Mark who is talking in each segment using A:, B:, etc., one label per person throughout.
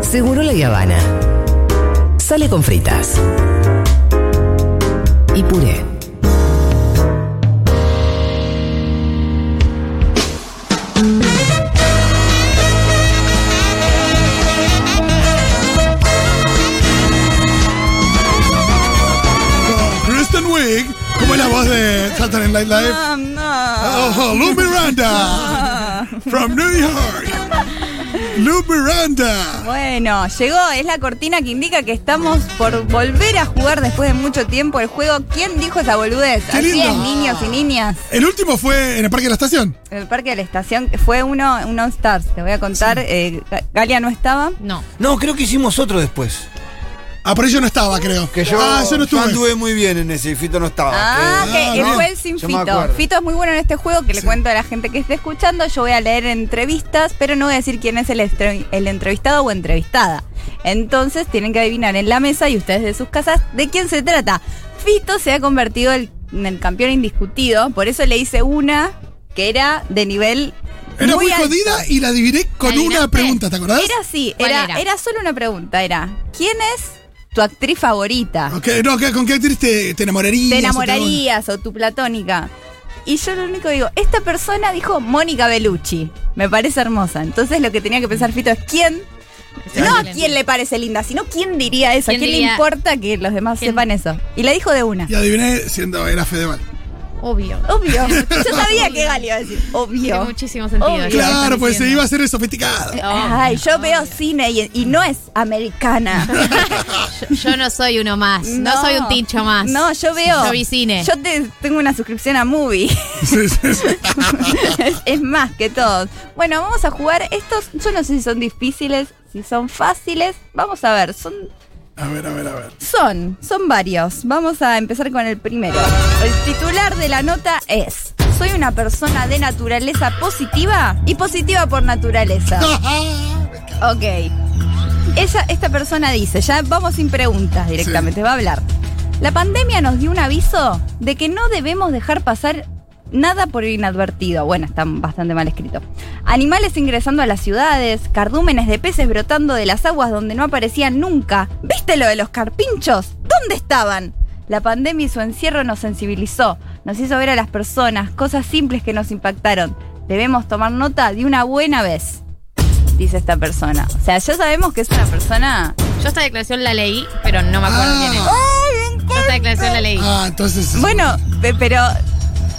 A: Seguro la Habana. Sale con fritas. Y puré.
B: Kristen Wiig, como es la voz de Saturday Night Live.
C: Ah.
B: Oh, Lou Miranda. From New York. Lou Miranda.
C: Bueno, llegó, es la cortina que indica que estamos por volver a jugar después de mucho tiempo el juego ¿Quién dijo esa boludez?
B: Qué
C: Así
B: lindo.
C: es, niños y niñas.
B: El último fue en el Parque de la Estación.
C: El parque de la estación fue uno, un All Stars, te voy a contar. eh, Ga- Galia no estaba.
D: No.
E: No, creo que hicimos otro después.
B: Ah, pero yo no estaba, creo.
E: Que yo, em-
B: ah, yo no estuve.
E: yo anduve muy bien en ese, y Fito no estaba.
C: Ah,
E: Eh,
C: que
B: Ah,
C: él
B: no,
C: fue el sin
E: yo me
C: Fito.
E: acuerdo.
C: Fito es muy bueno en este juego que le cuento a la gente que esté escuchando. Yo voy a leer entrevistas, pero no voy a decir quién es el, estre- el entrevistado o entrevistada. Entonces tienen que adivinar en la mesa y ustedes de sus casas de quién se trata. Fito se ha convertido el- en el campeón indiscutido, por eso le hice una que era de nivel.
B: Era muy,
C: alto.
B: jodida y la adiviné con
D: ¿Adivinaste?
B: una pregunta, ¿te acordás?
C: Era así,
D: ¿Cuál
C: era,
D: era?
C: era solo una pregunta, era ¿quién es tu actriz favorita?
B: Ok, no, ¿qué- ¿con qué actriz te, te enamorarías?
C: te
B: o te-
C: enamorarías o tu platónica. Y yo lo único que digo, esta persona dijo Mónica Bellucci. Me parece hermosa. Entonces lo que tenía que pensar Fito es quién. No a quién le parece linda, sino quién diría eso. ¿A
D: ¿Quién
C: quién le
D: diría?
C: importa que los demás
D: ¿Quién?
C: sepan eso? Y la dijo de una.
B: Y adiviné siendo era Fedeval.
D: Obvio.
C: Obvio. Yo sabía
D: Obvio.
C: que Gali iba a decir.
D: Tiene
C: Obvio.
D: muchísimo sentido.
C: Obvio.
D: lo que
B: Claro,
D: están
B: pues se
D: diciendo.
B: iba a hacer el sofisticado.
C: Ay, yo
D: Obvio,
C: veo
D: obvio.
C: cine y, y no es americana.
D: Yo, yo no soy uno más. No, soy un tincho más.
C: No, yo veo.
D: Yo vi cine.
C: Yo te- tengo una suscripción a Movie.
B: Sí, sí, sí.
C: es, es más que todos. Bueno, vamos a jugar estos. Yo no sé si son difíciles, si son fáciles. Vamos a ver, son.
B: A ver, a ver, a ver.
C: Son, son varios. Vamos a empezar con el primero. El titular de la nota es: Soy una persona de naturaleza positiva y positiva por naturaleza. Ok. Ella, esta persona dice, ya vamos sin preguntas directamente, va a hablar. La pandemia nos dio un aviso de que no debemos dejar pasar nada por inadvertido. Bueno, está bastante mal escrito. Animales ingresando a las ciudades, cardúmenes de peces brotando de las aguas donde no aparecían nunca. ¿Viste lo de los carpinchos? ¿Dónde estaban? La pandemia y su encierro nos sensibilizó, nos hizo ver a las personas, cosas simples que nos impactaron. Debemos tomar nota de una buena vez dice esta persona. O sea, ya sabemos que es una persona.
D: Yo esta declaración la leí, pero no me acuerdo
B: Ah.
D: quién es. Yo esta declaración la leí.
B: Ah, entonces.
C: Bueno, pe- pero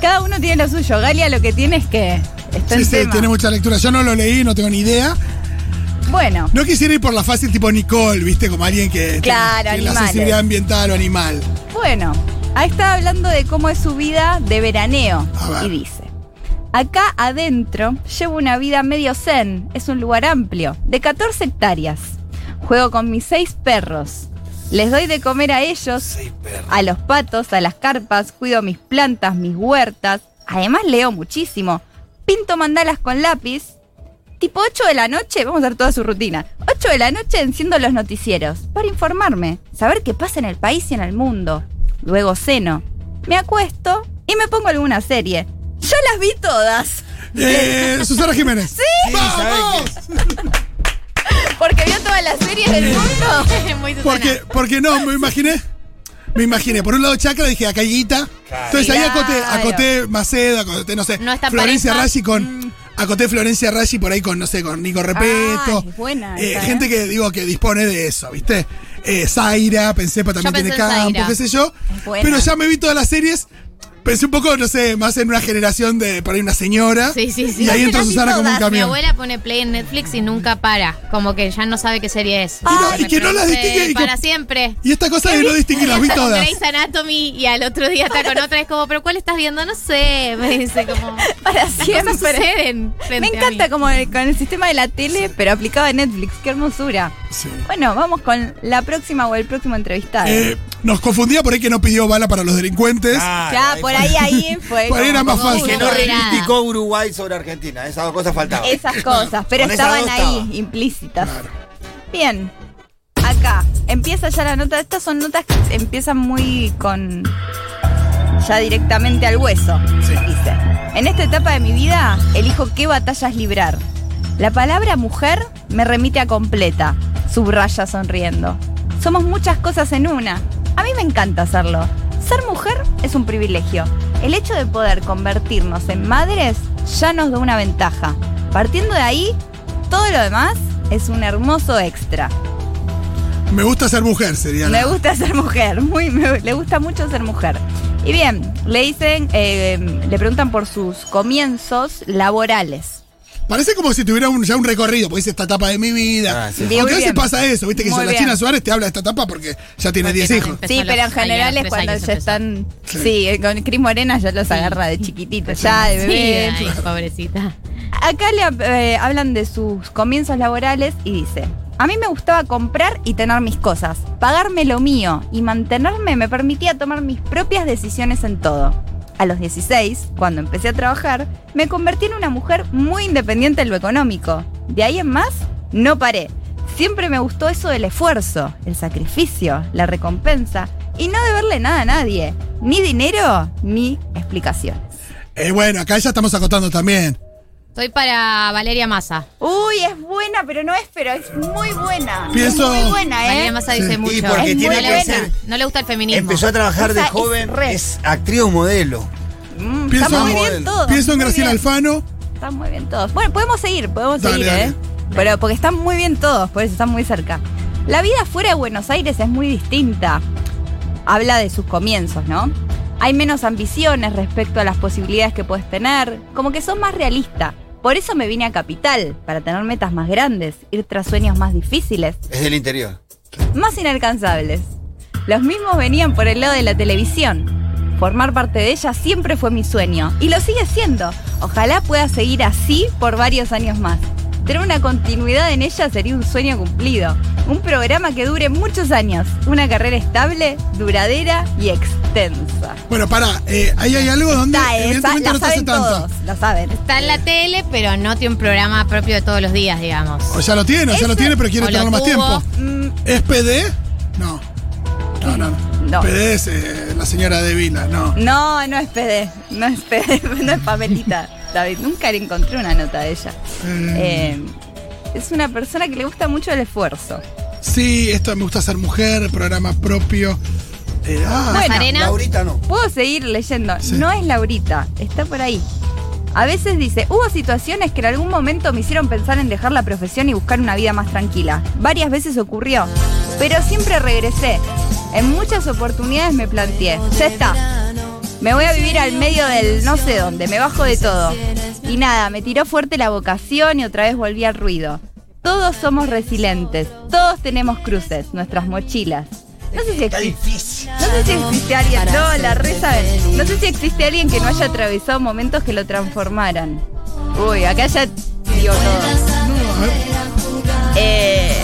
C: cada uno tiene lo suyo. Galia lo que tiene es que
B: Sí,
C: está en
B: sí,
C: tema.
B: tiene mucha lectura. Yo no lo leí, no tengo ni idea.
C: Bueno,
B: No quisiera ir por la fácil tipo Nicole, ¿viste? Como alguien que.
C: Claro,
B: tiene la
C: animales.
B: sensibilidad ambiental o animal.
C: bueno. Ahí está hablando de cómo es su vida de veraneo.
B: A ver.
C: Y dice. Acá adentro llevo una vida medio zen. Es un lugar amplio, de 14 hectáreas. Juego con mis seis perros. Les doy de comer a ellos, a los patos, a las carpas, cuido mis plantas, mis huertas. Además leo muchísimo. Pinto mandalas con lápiz. Tipo 8 de la noche, vamos a hacer toda su rutina. 8 de la noche enciendo los noticieros para informarme, saber qué pasa en el país y en el mundo. Luego ceno, me acuesto y me pongo alguna serie. Yo las vi todas,
B: Eh, Susana Jiménez. ¡Sí! ¡Vamos!
C: porque vio todas las series del mundo.
D: Muy Susana.
B: Porque, porque no, me imaginé. Me imaginé. Por un lado Chacra, dije acá hay guita. Entonces ahí acoté,
C: Claro.
B: acoté Macedo, acoté, no sé,
D: No está
B: Florencia
D: pareja. Mm.
B: Raggi con. Acoté Florencia Raggi por ahí con, no sé, con Nico Repeto.
C: Ay, buena
B: Eh,
C: esa,
B: gente
C: eh.
B: que digo que dispone de eso, ¿viste? Eh, Zaira, pensé, pero también
D: pensé
B: tiene
D: en
B: campo,
D: Zaira.
B: qué sé yo.
C: Es buena.
B: Pero ya me vi todas las series. Pensé un poco, no sé, más en una generación de por ahí una señora.
D: Sí, sí, sí.
B: Y ahí
D: Yo
B: entra
D: las vi
B: Susana como un
D: todas. Mi
B: camión.
D: abuela pone play en Netflix y nunca para. Como que ya no sabe qué serie es.
B: no- y que no las
D: Reproduce
B: distingue y que-
D: Para siempre.
B: Y esta cosa de no distinguir, las vi
D: Está con
B: todas.
D: Grey's Anatomy y al otro día está con otra. Es como, ¿pero cuál estás viendo? No sé. Me dice como.
C: Para
D: ¿Qué
C: siempre.
D: cosas suceden?
C: Me encanta como el- con el sistema de la tele, pero aplicado a Netflix. Qué hermosura.
B: Sí.
C: Bueno, vamos con la próxima o el próximo entrevistado.
B: Eh, nos confundía por ahí que no pidió bala para los delincuentes.
C: ya, por ahí, ahí fue.
B: Por ahí era
C: como-
B: más
C: Ah. como
B: fácil.
E: y que no
D: Uruguay.
E: reivindicó Uruguay sobre Argentina. Esas dos cosas faltaban.
C: Esas cosas, pero
E: Con esas
C: estaban
E: dos
C: ahí,
E: estaba.
C: implícitas.
B: Claro.
C: Bien, acá, empieza ya la nota. Estas son notas que empiezan muy con. ya directamente al hueso.
B: Sí.
C: Dice: En esta etapa de mi vida, elijo qué batallas librar. La palabra mujer me remite a completa. subraya sonriendo. Somos muchas cosas en una. A mí me encanta hacerlo. Ser mujer es un privilegio. El hecho de poder convertirnos en madres ya nos da una ventaja. Partiendo de ahí, todo lo demás es un hermoso extra.
B: Me gusta ser mujer, sería.
C: Me
B: la-
C: gusta ser mujer, muy, me- le gusta mucho ser mujer. Y bien, le dicen, eh, le preguntan por sus comienzos laborales.
B: Parece como si tuviera un- ya un recorrido, porque dice esta etapa de mi vida.
E: Ah, sí.
C: Digo,
B: Aunque a veces
C: bien.
B: pasa eso, viste que
C: Muy
B: la
C: bien.
B: China Suárez te habla de esta etapa porque ya tiene
D: Porque
B: 10
D: no le
B: hijos.
D: empezó
C: Sí,
D: a los-
C: pero en
D: ahí a
C: general
D: los
C: es
D: tres
C: cuando
D: años
C: ya
D: empezó.
C: están. Sí, eh, con Cris Morena ya los agarra de chiquititos, ya de bebé.
D: Sí, ay, pobrecita.
C: Acá le eh, hablan de sus comienzos laborales y dice, a mí me gustaba comprar y tener mis cosas, pagarme lo mío y mantenerme me permitía tomar mis propias decisiones en todo. A los 16, cuando empecé a trabajar, me convertí en una mujer muy independiente en lo económico. De ahí en más, no paré. Siempre me gustó eso del esfuerzo, el sacrificio, la recompensa y no deberle nada a nadie, ni dinero ni explicaciones.
B: Eh, bueno, acá ya estamos acotando también.
D: Estoy para Valeria Massa.
C: ¿Eh? Uy, es buena, pero no es, pero es muy buena.
B: Pienso-
C: Es muy buena, ¿eh?
D: Valeria Massa dice
B: Sí,
D: mucho.
E: y porque
C: Es tiene muy que buena.
D: no,
C: ser-
D: le, no le gusta el feminismo.
E: Empezó a trabajar
C: Esa
E: de
C: es
E: joven,
C: re.
E: es actriz o modelo.
C: Mm,
B: Pienso-
C: está muy
E: Modelo.
C: bien todo.
B: Pienso en
C: muy
B: Graciela
C: bien.
B: Alfano.
C: Están muy bien todos. Bueno, podemos seguir, podemos
B: Dale,
C: seguir,
B: dale.
C: ¿eh? Pero porque están muy bien todos, por eso están muy cerca. La vida fuera de Buenos Aires es muy distinta. Habla de sus comienzos, ¿no? Hay menos ambiciones respecto a las posibilidades que puedes tener, como que son más realista. Por eso me vine a Capital, para tener metas más grandes, ir tras sueños más difíciles,
E: Es del interior.
C: más inalcanzables. Los mismos venían por el lado de la televisión. Formar parte de ella siempre fue mi sueño y lo sigue siendo. Ojalá pueda seguir así por varios años más. Tener una continuidad en ella sería un sueño cumplido. Un programa que dure muchos años. Una carrera estable, duradera y extensa.
B: Bueno, pará, eh, ahí hay algo donde
C: Está esa,
B: evidentemente este
C: la
B: no te hace
C: saben
B: tanto.
C: todos, la saben.
D: Está en la tele, pero no tiene un programa propio de todos los días, digamos.
B: O ya lo tiene, o ya
C: Ese-
B: lo tiene, pero quiere
D: o lo
B: tener más
D: tuvo.
B: tiempo.
C: Mm,
B: ¿Es PD? No. No, no, no.
C: No.
B: PD es eh, la señora de Vila, no.
C: No, no es PD, no es PD, no es Pamelita. David, nunca le encontré una nota de ella. Eh, es una persona que le gusta mucho el esfuerzo.
B: Sí, esto me gusta ser mujer, programa propio. Eh, ah,
C: Bueno.
D: Arena.
E: Laurita no.
C: Puedo seguir leyendo,
B: Sí.
C: no es Laurita, está por ahí. A veces dice, hubo situaciones que en algún momento me hicieron pensar en dejar la profesión y buscar una vida más tranquila. Varias veces ocurrió, pero siempre regresé. En muchas oportunidades me planteé, ya está, me voy a vivir al medio del no sé dónde, me bajo de todo. Y nada, me tiró fuerte la vocación y otra vez volví al ruido. Todos somos resilientes, todos tenemos cruces, nuestras mochilas. No sé si
E: Está
C: existe.
E: difícil.
C: No sé si existe alguien, no, la re sabe. No sé si existe alguien que no haya atravesado momentos que lo transformaran. Uy, acá ya dio todo.
B: a ver,
C: Eh,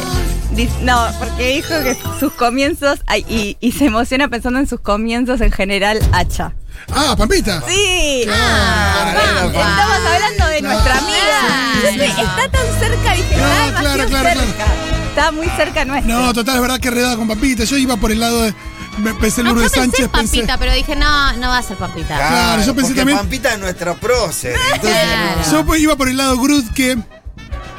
C: di- no, porque dijo que sus comienzos, ay, y, y se emociona pensando en sus comienzos en general hacha.
B: ah, Pampita.
C: Sí.
E: Ah,
C: Estamos hablando de nuestra amiga. Yo sé, Está tan cerca, dije,
B: Ah. No,
C: está demasiado
B: claro, claro, claro.
C: cerca. Está muy cerca nuestra.
B: No, total, es verdad que redada con Pampita. Yo iba por el lado de. me- pensé
C: Ah,
B: en
D: No, yo
B: Lourdes
D: pensé
B: Sánchez,
D: en
B: pensé.
D: papita, pero dije, no, no va a ser papita.
B: Claro, yo pensé
E: porque
B: también-
E: Pampita es nuestra prócer. Entonces,
D: Claro.
B: Yo pues, iba por el lado Grudke.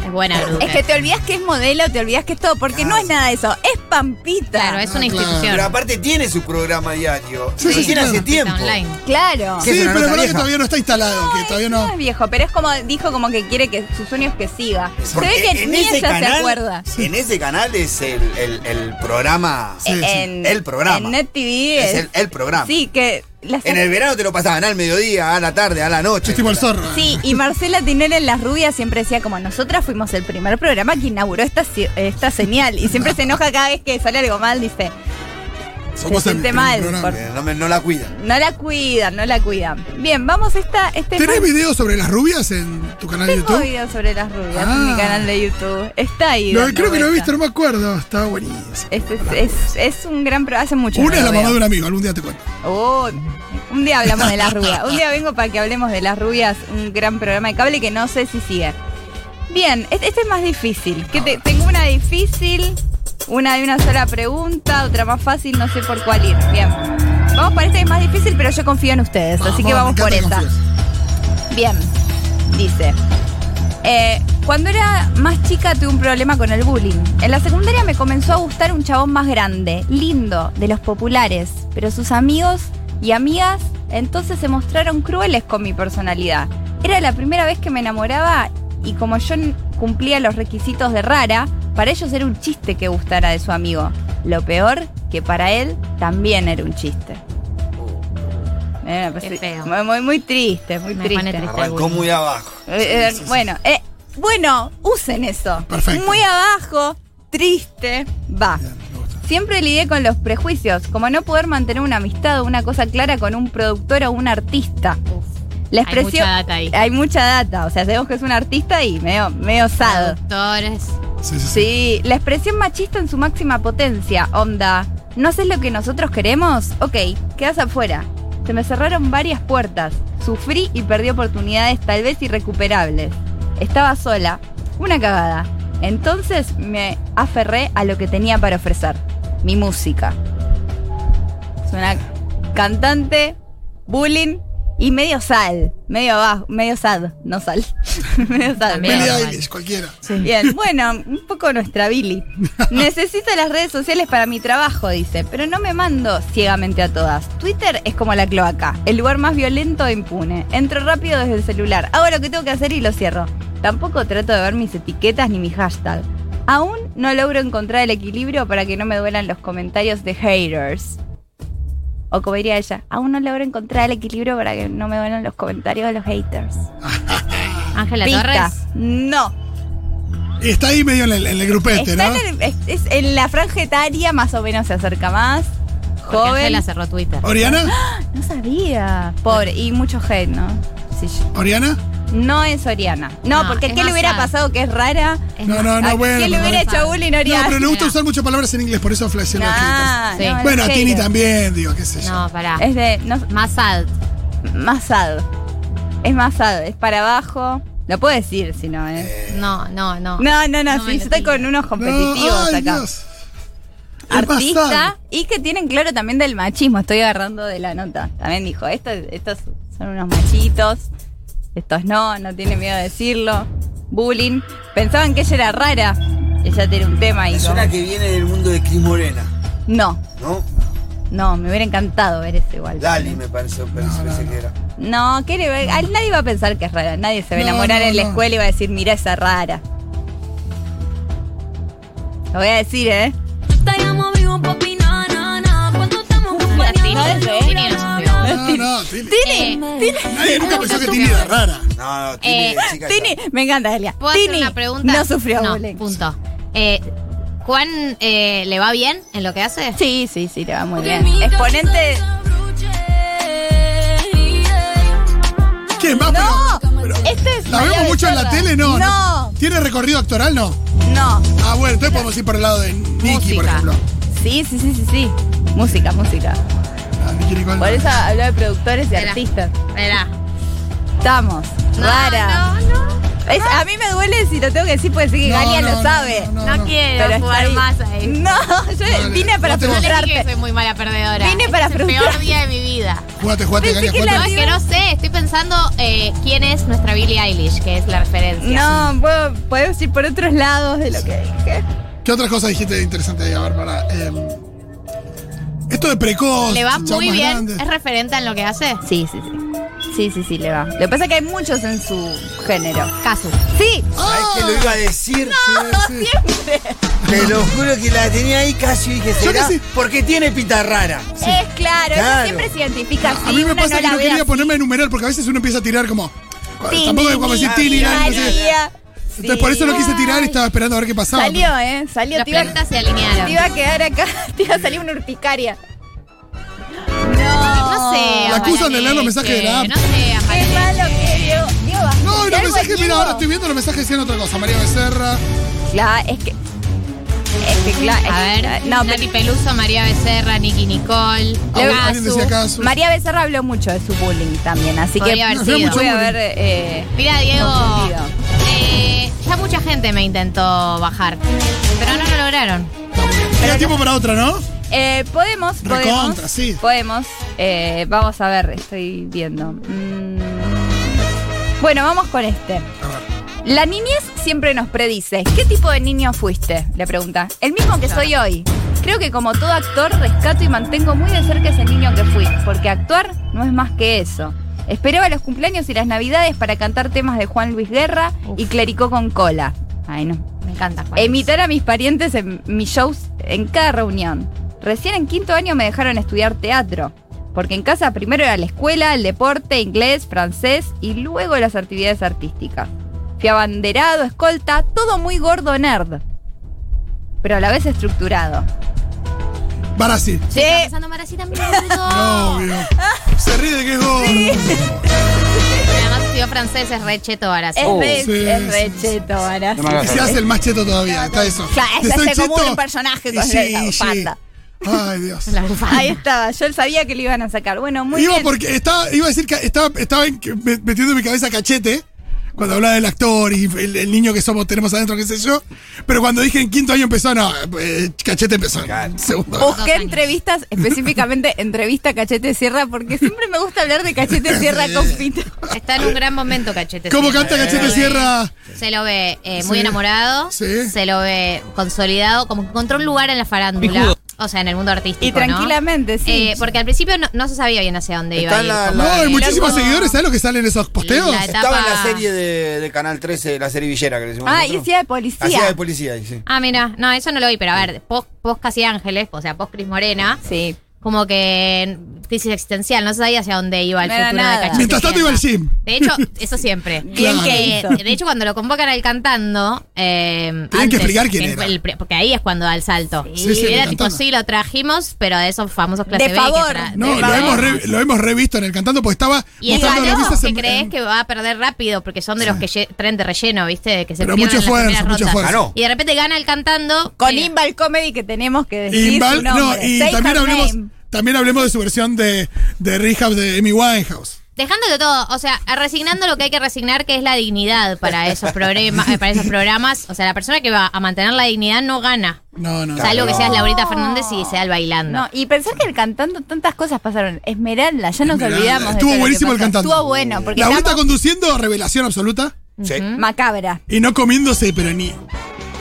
D: Es buena Lupe.
C: Es que te olvidas que es modelo, te olvidas que es todo, porque no es nada de eso, es Pampita.
D: Claro, es
B: Ah, claro.
D: una
E: Pero
D: institución.
E: aparte tiene su programa diario.
B: Sí,
E: Sí,
B: sí,
E: tiene hace
B: claro.
E: tiempo.
D: Está online.
C: Claro.
E: ¿Qué
B: Sí,
E: es
B: pero es
E: una nota
B: verdad que
E: vieja?
B: todavía no está instalado, que todavía
C: No
B: no.
C: es viejo, pero es como dijo como que quiere que sus sueños que siga. Se ve
E: Porque
C: que
E: en
C: ni
E: ese
C: ella se
E: canal-
C: acuerda.
E: En ese canal es el, el- el programa.
B: Sí, sí.
C: Eh, En,
E: El programa.
C: En Net TV
E: Es el, el programa.
C: Sí, que las-
E: En el verano te lo pasaban al mediodía, a la tarde, a la noche.
B: Yo estoy por el zorro.
C: Sí, y Marcela Tinel en Las Rubias siempre decía como nosotras fuimos el primer programa que inauguró esta, ci- esta señal. Y siempre se enoja cada vez que sale algo mal, dice, se siente mal,
B: programa.
E: Eh, No, me- no la cuidan.
C: no la cuidan, no la cuidan. Bien, vamos esta, este
B: ¿Tenés
C: fue-
B: videos sobre las rubias en tu canal de
C: tengo
B: YouTube?
C: video sobre las rubias en
B: Ah.
C: mi canal de YouTube. Está ahí.
B: No,
C: dando
B: creo que lo he
C: vuelta.
B: visto, no me acuerdo. Estaba buenísimo.
C: Es, es, es- es un gran programa, hace mucho.
B: Una
C: no
B: es la
C: lo
B: mamá
C: veo.
B: de un amigo, algún día te cuento.
C: Oh, un día hablamos de las rubias. Un día vengo para que hablemos de las rubias, un gran programa de cable que no sé si sigue. Bien, este, este es más difícil. Que te- tengo una difícil, una de una sola pregunta, otra más fácil, no sé por cuál ir. Bien. Vamos para esta que es más difícil, pero yo confío en ustedes, así que
B: me
C: vamos por
B: encanta que
C: esta.
B: confíes.
C: Bien, dice. Eh, cuando era más chica tuve un problema con el bullying. En la secundaria me comenzó a gustar un chabón más grande, lindo, de los populares, pero sus amigos y amigas entonces se mostraron crueles con mi personalidad. Era la primera vez que me enamoraba y como yo n- cumplía los requisitos de rara, para ellos era un chiste que gustara de su amigo. Lo peor, que para él también era un chiste. Era, pues,
D: Qué feo.
C: Muy, muy, muy triste, muy
D: Me
C: triste.
D: pone triste.
E: Arrancó muy abajo.
C: Eh, eh, bueno, eh, bueno, usen eso.
B: Perfecto.
C: Muy abajo, triste, va.
B: Bien, me gusta.
C: Siempre lidié con los prejuicios, como no poder mantener una amistad o una cosa clara con un productor o un artista. La
D: Hay
C: expresión,
D: mucha data ahí.
C: Hay mucha data, o sea, sabemos que es un artista y medio, medio osado.
D: Productores.
B: Sí, sí, sí.
C: Sí, la expresión machista en su máxima potencia, onda. ¿No haces lo que nosotros queremos? Ok, quedas afuera. Se me cerraron varias puertas. Sufrí y perdí oportunidades tal vez irrecuperables. Estaba sola. Una cagada. Entonces me aferré a lo que tenía para ofrecer. Mi música. Es una cantante, bullying y medio sal. Medio abajo, medio sad, no sal. medio sad.
D: También.
B: Billie
D: Bien.
B: Eilish, cualquiera.
C: Bien, bueno, un poco nuestra Billy. Necesito las redes sociales para mi trabajo, dice, pero no me mando ciegamente a todas. Twitter es como la cloaca, el lugar más violento e impune. Entro rápido desde el celular, hago lo que tengo que hacer y lo cierro. Tampoco trato de ver mis etiquetas ni mi hashtag. Aún no logro encontrar el equilibrio para que no me duelan los comentarios de haters. O como diría ella, aún no logro encontrar el equilibrio para que no me duelan los comentarios de los haters.
D: Ángela
C: Pita.
D: Torres.
C: No.
B: Y está ahí medio en el, en el grupete,
C: Está
B: ¿no?
C: en, el- es, es en la franja etaria, más o menos se acerca más.
D: Porque
C: Joven.
D: Ángela cerró Twitter.
B: ¿Oriana?
C: No sabía. Pobre, y mucho hate, ¿no? Sí, yo-
B: ¿Oriana?
C: No es Oriana. No,
D: No,
C: porque
D: es
C: ¿qué le
D: más
C: hubiera
D: sad.
C: pasado que es rara?
D: Es
B: No,
D: más-
B: no,
C: ¿A
B: no, bueno.
C: ¿Quién le hubiera
B: No,
C: hecho bullying
B: No,
C: Oriana?
B: pero le gusta
D: Mira.
B: usar muchas palabras en inglés, por eso flasheo
C: Ah,
B: los haters.
C: Nah,
D: Sí.
C: no, en
B: Bueno, a Tini
C: serio.
B: también, digo, qué sé yo.
D: No, pará.
C: Es de. No,
D: Más sad.
C: más sad. Es más sad. Es para abajo. Lo puedo decir si no, ¿eh?
D: No, no, no.
C: No, no, no.
D: No,
C: sí,
D: me
C: yo
D: lo
C: estoy
D: tiro.
C: con unos
B: No,
C: competitivos
B: ay,
C: acá.
B: Dios. Es más
C: artista
B: sad.
C: y que tienen claro también del machismo. Estoy agarrando de la nota. También dijo, estos, estos son unos machitos, estos no, no tiene miedo de decirlo. Bullying. Pensaban que ella era rara. Ella tiene un tema ahí.
E: Es
C: como-
E: una que viene del mundo de Cris Morena,
C: No,
E: ¿no?
C: no, me hubiera encantado ver ese igual.
E: Lali me pareció, pensé
B: no, no.
E: que era.
C: No, ¿qué le va- a- nadie va a pensar que es rara. Nadie se va a
B: No,
C: enamorar
B: no,
C: en la
B: no.
C: escuela y va a decir, mira esa rara. Lo voy a decir, ¿eh?
D: Hola, Tini.
C: No, es
B: No, no,
C: de-
D: Tini nos escribió.
B: Tini.
C: Tini,
D: Eh,
C: Tini.
B: Nadie nunca pensó que Tini era rara.
E: No, no, tiene
D: Eh,
E: chica.
C: Tini, me encanta, Delia.
D: ¿Puedo
C: Tini
D: hacer una pregunta?
C: no sufrió
D: No,
C: bullying.
D: punto. Eh, ¿Juan eh, le va bien en lo que hace?
C: Sí, sí, sí, le va muy bien. Exponente.
B: ¿Quién va?
C: ¡No!
B: Pero- pero-
C: Este es
B: ¿La vemos
C: María
B: mucho en la
C: Becerra.
B: tele? No,
C: No,
B: ¿Tiene recorrido actoral? No.
C: no.
B: Ah, bueno, entonces podemos ir por el lado de Nicky, por
D: Música.
B: ejemplo.
C: Sí, sí, sí, sí, sí. Música, música.
B: Ah, Nicki Nicole.
C: Por eso habló de productores y
D: Era.
C: artistas.
D: Verá.
C: Estamos.
D: No,
C: Rara.
D: No, no.
C: Es- a mí me duele si lo tengo que decir porque sé que
B: No,
C: Galia
B: no,
C: lo
B: no,
C: sabe.
B: no, no,
D: No
B: no.
D: quiero
C: Pero está
D: jugar
C: ahí.
D: más a él.
C: No, yo
B: Vale.
C: vine para
B: No te-
D: No le dije que
C: frustrarte.
D: soy muy mala perdedora.
C: Vine para
D: es el peor
C: frustrar-
D: día de mi vida.
B: Jugate, jugate,
C: Pensé
B: Galia,
C: que
D: No,
B: jugate.
D: es que no sé, estoy pensando eh, quién es nuestra Billie Eilish, que es la referencia.
C: No, puedo, podemos ir por otros lados de lo que dije.
B: ¿Qué otras cosas dijiste interesante ahí? A ver, para. em, esto de precoz.
D: Le va
B: chabón Pues
D: muy
B: más
D: bien,
B: grande.
D: es referente en lo que hace.
C: Sí, sí, sí. Sí, sí, sí, le va. Lo que pasa es que hay muchos en su género.
D: Casu.
C: Sí,
E: ¿Sabes que lo iba a decir?
B: Sí,
E: Te lo juro que la tenía ahí casi y dije,
B: Yo
E: ¿será?
B: que sí.
E: Porque tiene pinta rara.
C: es claro, eso
E: Claro.
C: siempre se identifica así.
B: A mí me
C: uno
B: pasa
C: no
B: que
C: la
B: no
C: ve
B: quería
C: así.
B: ponerme a enumerar porque a veces uno empieza a tirar como.
C: Tini,
B: tampoco es como decir Tini.
C: Tini,
B: nadie, no sé.
C: María.
B: Entonces, por eso no quise tirar y
D: Ay.
B: estaba esperando a ver qué pasaba.
C: Salió, ¿eh? Salió.
D: Las
C: Te iba,
D: plantas se
C: te iba
D: alinearon.
C: a quedar acá. Te iba a salir una urticaria.
D: No, sé.
B: La acusan de leer los
D: Amalaneche,
B: mensajes de la app.
D: No sé,
C: Qué
D: Amalaneche.
C: malo que Diego. Diego, vas a
B: No, y los
C: algo
B: mensajes, mira,
C: Diego.
B: ahora estoy viendo los mensajes diciendo otra cosa. María Becerra.
C: Claro, es que. Es que, claro.
D: A ver,
C: eh, no,
D: Nati Peluso, María Becerra, Nicky Nicole,
B: Ah,
D: Casu.
B: alguien decía Casu.
C: María Becerra habló mucho de su bullying también, así que
D: Podría haber
C: voy
D: sido.
C: a ver. eh,
D: Mira, Diego,
C: Confundido.
D: eh, ya mucha gente me intentó bajar, pero no lo lograron.
B: Era tiempo para otra, ¿no?
C: Eh, podemos, podemos.
B: Recontra, sí.
C: Podemos. Eh, vamos a ver, estoy viendo. Mm. Bueno, vamos con este.
B: A ver.
C: La niñez siempre nos predice. ¿Qué tipo de niño fuiste? Le pregunta. El mismo que soy hoy. Creo que como todo actor rescato y mantengo muy de cerca ese niño que fui, porque actuar no es más que eso. Esperaba los cumpleaños y las navidades para cantar temas de Juan Luis Guerra y Clericó con cola. Ay, no.
D: Me encanta, Juan.
C: Imitar a mis parientes en mis shows en cada reunión. Recién en quinto año me dejaron estudiar teatro. Porque en casa primero era la escuela, el deporte, inglés, francés y luego las actividades artísticas. Fui abanderado, escolta, todo muy gordo nerd. Pero a la vez estructurado.
B: Barassi.
D: Sí. Está pasando Maracita
B: No, obvio. Se ríe de que es gordo.
D: Además, estudió francés, es recheto ahora. sí.
C: Es, re,
B: sí, sí,
C: es re
B: sí.
C: cheto, Barassi.
E: No me hagas
B: Y se hace el más cheto todavía. Está eso.
C: Claro,
B: ¿Te
C: se
B: soy
C: hace como
B: cheto?
C: un personaje
B: Y
C: con
B: sí,
C: esa
B: y sí.
C: bufanda.
B: Ay, Dios.
D: La bufanda.
C: Ahí estaba, yo sabía que lo iban a sacar. Bueno, muy
B: iba
C: bien.
B: porque estaba, iba a decir que estaba, estaba en- me- metiendo en mi cabeza cachete cuando hablaba del actor y el, el niño que somos tenemos adentro, qué sé yo. Pero cuando dije en quinto año empezó, no, eh, cachete empezó. en Segundo.
C: Busqué entrevistas, específicamente entrevista Cachete Sierra, porque siempre me gusta hablar de Cachete Sierra con Pito.
D: Está en un gran momento, Cachete.
B: ¿Cómo
D: Sierra.
B: canta
D: Se lo
B: Cachete
D: ve-
B: Sierra?
D: Se lo ve eh, muy
B: Sí.
D: enamorado.
B: Sí.
D: Se lo ve consolidado, como que encontró un lugar en la farándula. O sea, en el mundo artístico.
C: Y tranquilamente,
D: ¿no?
C: sí.
D: Eh, porque al principio no, no se sabía bien hacia dónde iba.
E: Está
D: a ir,
E: la-
D: como
B: No, hay
D: que-
B: muchísimos
D: Loco.
B: seguidores, ¿sabes lo que sale en esos posteos?
D: La etapa-
E: Estaba en la serie de, de Canal 13, la serie Villera que le decimos.
C: Ah, y
E: nosotros.
C: hacía de policía.
E: Hacía de policía, ahí, sí.
D: Ah, mira, no, eso no lo vi, pero a ver, post, post Casi Ángeles, o sea, post Cris Morena,
C: Sí.
D: como que crisis existencial, no sabía hacia dónde iba el
C: No era
D: futuro
C: nada.
D: de Cachete.
B: Mientras tanto iba al
D: Sierra.
B: gym.
D: De hecho, eso siempre.
C: Bien
B: Claro.
C: que hizo.
D: Eh, de hecho, cuando lo convocan al cantando. Eh,
B: que explicar quién
D: en-
B: era.
D: el pre- porque ahí es cuando da el salto.
B: Sí, sí,
D: Y era
B: el
D: tipo,
B: cantando.
D: sí, lo trajimos, pero de esos famosos clase
C: De
D: B que
C: favor.
D: tra- de-
B: No, lo
D: de-
B: hemos, re- lo hemos revisto en el cantando porque estaba
D: Y el
B: mostrando
D: valor
B: revistas
D: que
B: en-
D: crees
B: en-
D: que va a perder rápido, porque son de los que lle- traen de relleno, ¿viste? Que se
B: Pero mucho
D: pierden en las
B: esfuerzo,
D: primeras
B: mucho
D: rondas.
B: esfuerzo.
E: Ganó.
D: Y de repente gana el cantando.
C: Con
D: eh,
C: Inval Comedy que tenemos que decir.
B: Imbal-
C: su
B: no,
C: nombre.
B: y
C: Say
B: también
C: her
B: hablemos,
C: name.
B: también hablemos de su versión de, de Rehab de Amy Winehouse.
D: Dejándolo todo, o sea, resignando lo que hay que resignar, que es la dignidad para esos, programas para esos programas. O sea, la persona que va a mantener la dignidad no gana.
B: No, no. no.
D: Salvo que seas Laurita Fernández y se da el bailando.
C: No, y pensar que el cantando tantas cosas pasaron. Esmeralda, ya nos
B: Esmeralda.
C: olvidamos. de
B: Estuvo
C: todo lo que
B: buenísimo el
C: pasó.
B: cantando.
C: Estuvo bueno, porque
B: Laurita
C: estamos
B: conduciendo, revelación absoluta.
E: Sí.
C: Mhm. macabra.
B: Y no comiéndose, pero ni,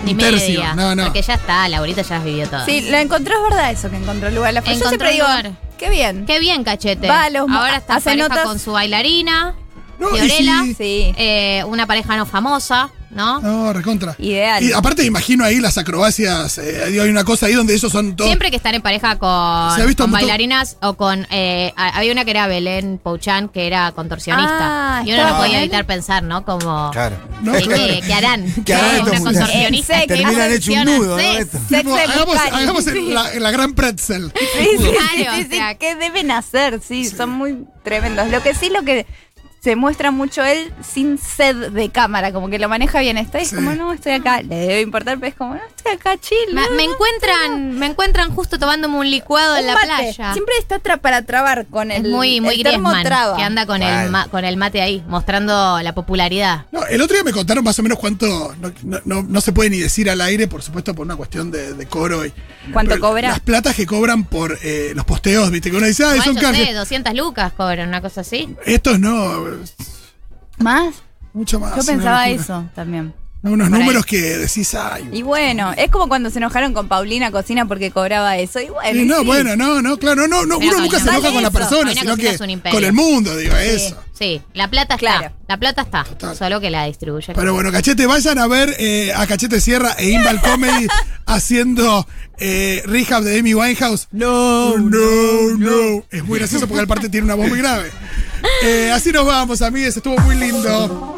D: Ni
B: un tercio.
D: media.
B: No, no.
D: Porque ya está, Laurita ya vivió todo.
C: Sí, lo encontró, es verdad eso, que encontró el lugar. La Yo
D: Ah. Encontró
C: siempre
D: un
C: digo,
D: lugar.
C: qué bien.
D: Qué bien, cachete.
C: Va a los mo-
D: Ahora está en
C: hace
D: pareja
C: notas.
D: con su bailarina,
B: No, y
D: Fiorella.
B: sí.
C: Sí.
D: eh, una pareja no famosa, ¿no?
B: No, recontra.
C: Ideal.
B: Y aparte imagino ahí las acrobacias. eh, digo, hay una cosa ahí donde ellos son todos.
D: Siempre que están en pareja con,
B: Se ha visto
D: con
B: mucho-
D: bailarinas o con. eh, a- había una que era Belén Pouchan, que era contorsionista.
C: Ah,
D: y uno no
C: estaba
D: podía
C: Belén.
D: evitar pensar, ¿no? Como.
E: Claro.
B: No,
D: eh,
B: claro.
D: eh, que harán.
E: ¿Qué harán
D: ¿no?
E: estos
D: Una
E: muchachos?
C: Eh,
D: contorsionista. que
E: Terminan
D: hace
E: hecho un
D: acción,
E: nudo, ¿no?
D: haces.
E: Esto.
C: Sexo
B: Tipo,
C: en
B: hagamos
C: Bucari.
B: hagamos el-
C: Sí.
B: la, la gran pretzel.
C: Sí, sí, sí,
D: Claro,
C: sí,
D: o
C: sí,
D: sea-
C: ¿Qué deben hacer? Sí, son muy tremendos. Lo que sí, lo que se muestra mucho él sin sed de cámara, como que lo maneja bien. Está y es
B: Sí.
C: como, no, estoy acá, le debe importar, pero es como, no, estoy acá, chill.
D: Eh, Me, me encuentran, me encuentran justo tomándome un licuado en la playa.
C: Siempre está tra- para trabar con
D: Es
C: el,
D: muy, muy
C: el termo
D: Griezmann,
C: traba.
D: que anda con el,
E: Claro.
D: ma- con el mate ahí, mostrando la popularidad.
B: No, el otro día me contaron más o menos cuánto. No, no- no- no se puede ni decir al aire, por supuesto, por una cuestión de, de coro. Y,
C: ¿Cuánto
B: pero
C: cobra?
B: Las platas que cobran por eh, los posteos, ¿viste? Que uno dice, ah,
D: Igual
B: son
D: yo sé,
B: canjes.
D: 200 lucas cobran, una cosa así.
B: Estos no. es
C: ¿Más?
B: Mucho más.
C: Yo
B: una
C: pensaba
B: locura.
C: eso también.
B: No, unos
D: Por ahí.
B: números que decís, ay.
C: Y bueno, es como cuando se enojaron con Paulina Cocina porque cobraba eso. Y bueno,
B: Y no,
C: sí.
B: bueno, no, no, claro, no, no,
D: Pero
B: uno nunca se
D: Paulina
B: enoja con la
C: Cocina-
B: persona,
D: Paulina
B: sino
D: Cocina
B: que
D: es un imperio.
B: con el mundo, digo, eso.
D: Sí, la plata está.
C: Claro.
D: La plata está.
B: Total.
D: Solo que la distribuye.
B: Pero bueno, cachete, vayan a ver eh, a Cachete Sierra e Inval Comedy haciendo eh, rehab de Amy Winehouse. No, no, no. Es muy gracioso porque aparte tiene una voz muy grave. Eh, así nos vamos, amigues, estuvo muy lindo.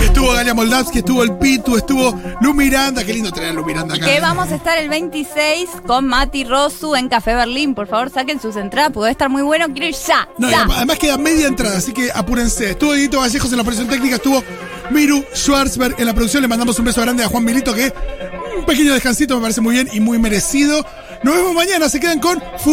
B: Estuvo Galia Moldavsky, estuvo el Pitu, estuvo Lu Miranda. Qué lindo tener a Lu Miranda acá. ¿eh?
C: Que vamos a estar el 26 con Mati Rosu en Café Berlín. Por favor, saquen sus entradas, porque va a estar muy bueno. Quiero ir ya.
B: No, y
C: ya.
B: además además queda media entrada, así que apúrense. Estuvo Dieguito Vallejos en la producción técnica, estuvo Miru Schwarzberg en la producción. Le mandamos un beso grande a Juan Milito, que un pequeño descansito me parece muy bien y muy merecido. Nos vemos mañana, se quedan con... Fu-